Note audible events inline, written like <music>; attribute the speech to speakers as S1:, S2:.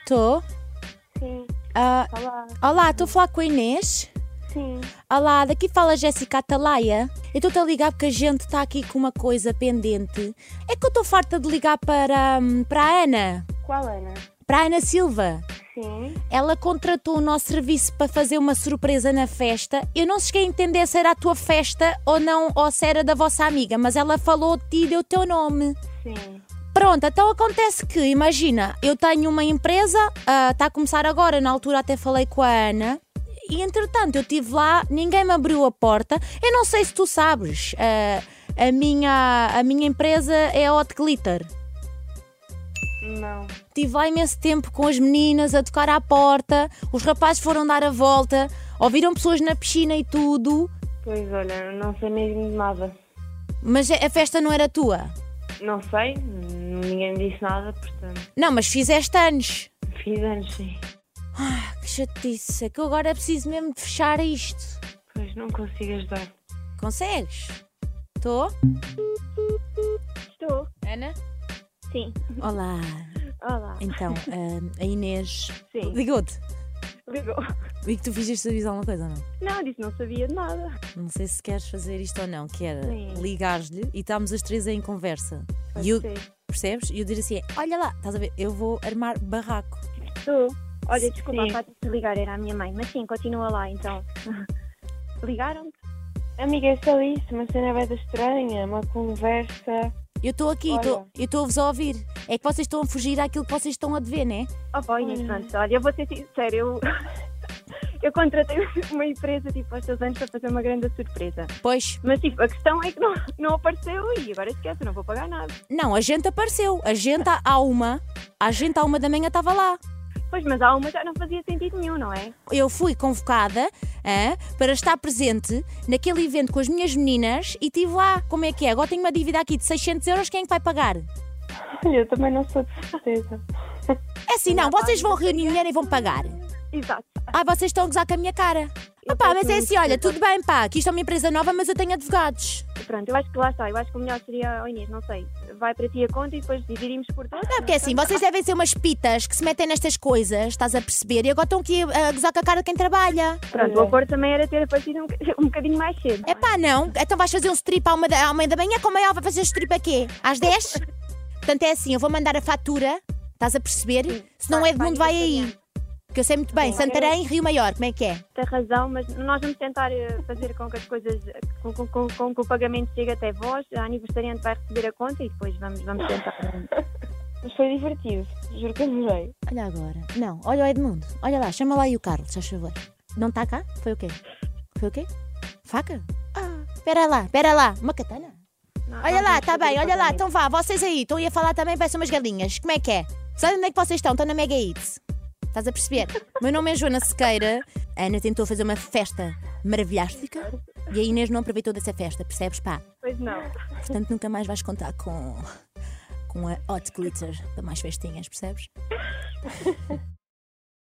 S1: Estou?
S2: Sim.
S1: Ah,
S2: Olá.
S1: olá, estou a falar com a Inês.
S2: Sim.
S1: Olá, daqui fala a Jéssica Atalaia. Eu estou-te a ligar porque a gente está aqui com uma coisa pendente. É que eu estou farta de ligar para, hum, para a Ana,
S2: Qual Ana?
S1: para a Ana Silva.
S2: Sim.
S1: Ela contratou o nosso serviço para fazer uma surpresa na festa. Eu não cheguei a entender se era a tua festa ou não, ou se era da vossa amiga, mas ela falou de ti e deu o teu nome.
S2: Sim.
S1: Pronto, então acontece que, imagina, eu tenho uma empresa, ah, está a começar agora, na altura até falei com a Ana, e entretanto eu estive lá, ninguém me abriu a porta. Eu não sei se tu sabes, ah, a, minha, a minha empresa é a Hot Glitter.
S2: Não.
S1: Estive lá imenso tempo com as meninas a tocar à porta, os rapazes foram dar a volta, ouviram pessoas na piscina e tudo,
S2: Pois olha, não sei mesmo de nada.
S1: mas a a festa não era tua.
S2: Não sei, ninguém me disse nada, portanto.
S1: Não, mas fizeste anos.
S2: Fiz anos, sim.
S1: Ah, que chatice, é que eu agora preciso mesmo de fechar isto.
S2: Pois não consigo ajudar.
S1: Consegues? Estou?
S2: Estou.
S1: Ana?
S2: Sim.
S1: Olá.
S2: Olá.
S1: Então,
S2: <laughs>
S1: hum, a Inês
S2: Sim.
S1: ligou-te.
S2: Ligou.
S1: E que tu fizeste avisar alguma coisa ou não?
S2: Não, disse não sabia de nada.
S1: Não sei se queres fazer isto ou não, que era
S2: Sim.
S1: ligares-lhe e estamos as três em conversa.
S2: Pode
S1: e eu,
S2: ser.
S1: percebes? E eu dizer assim: olha lá, estás a ver, eu vou armar barraco.
S3: Estou. Olha, desculpa,
S2: Sim.
S3: a parte de ligar era a minha mãe, mas sim, continua lá então. <laughs> Ligaram-te?
S2: Amiga, é só isso, uma cena bem estranha, uma conversa. <laughs>
S1: Eu estou aqui,
S2: Olha.
S1: tô- eu estou-vos a ouvir. É que vocês estão a fugir àquilo que vocês estão a dever, não é?
S3: Oh, pá, Inês, pronto, olha, eu vou ser sincera, eu, <laughs> eu contratei uma empresa tipo aos teus anos para fazer uma grande surpresa.
S1: Pois,
S3: Mas tipo, a questão é que não, não apareceu e agora esquece, eu não vou pagar nada.
S1: não, a gente apareceu. A gente à uma, a gente à uma da manhã estava lá.
S3: Pois, mas há uma já não fazia sentido nenhum, não é?
S1: eu fui convocada hã, para estar presente naquele evento com as minhas meninas e estive lá. Como é que é? Agora tenho uma dívida aqui de 600 euros, quem é que vai pagar?
S2: Olha, eu também não sou de certeza.
S1: É assim, não, vocês vão reunir dinheiro e vão pagar.
S3: Exato.
S1: Ah, vocês estão a gozar com a minha cara. Ah,
S3: Eu
S1: pá,
S3: sei
S1: mas
S3: que
S1: é
S3: me
S1: assim, olha, tudo
S3: desculpa.
S1: bem, pá, que isto é uma empresa nova, mas eu tenho advogados.
S3: Pronto, eu acho que lá está, eu acho que o melhor seria, oh Inês, não sei, vai para ti a conta e depois dividimos por todos.
S1: Não, porque é
S3: tá.
S1: assim, vocês devem ser umas pitas que se metem nestas coisas, estás a perceber? E agora estão aqui a a gozar com a cara de quem trabalha.
S3: Pronto, o acordo também era ter aparecido um, <laughs> boca- um bocadinho mais cedo.
S1: É pá, não. Então vais fazer um strip à uma da, à uma da manhã? Como é? Vai fazer strip a quê? Às 10? Portanto, é assim, eu vou mandar a fatura. Estás a perceber? Se não
S3: vai-
S1: é de mundo,
S3: vai
S1: vai aí.
S3: Santarém.
S1: Que eu sei muito bem. Santarém, Rio Maior, como é que é?
S3: tem razão, mas nós vamos tentar eh, fazer com que as coisas, com, com- com- com que o pagamento chegue até vós. A aniversariante vai receber a conta e depois vamos, vamos tentar.
S2: Mas foi divertido, juro que adorei.
S1: Olha agora. Não, olha o Edmundo. Olha lá, chama lá aí o Carlos, faz favor. Não está cá? Foi o quê? Foi o quê? Faca? Ah, espera lá, espera lá. Uma katana?
S3: Não-
S1: Olha lá,
S3: não vamos
S1: está
S3: fazer
S1: bem,
S3: o
S1: olha lá.
S3: pagamento.
S1: Então vá, vocês aí. Estão aí a falar também, parecem umas galinhas. Como é que é? Sabe onde é que vocês estão? Estão na Mega Eats. Estás a perceber? O Meu nome é Joana Sequeira. A Ana tentou fazer uma festa maravilhástica e a Inês não aproveitou dessa festa, percebes, pá?
S3: Pois não.
S1: Portanto, nunca mais vais contar com, com a Hot Glitter para mais festinhas, percebes?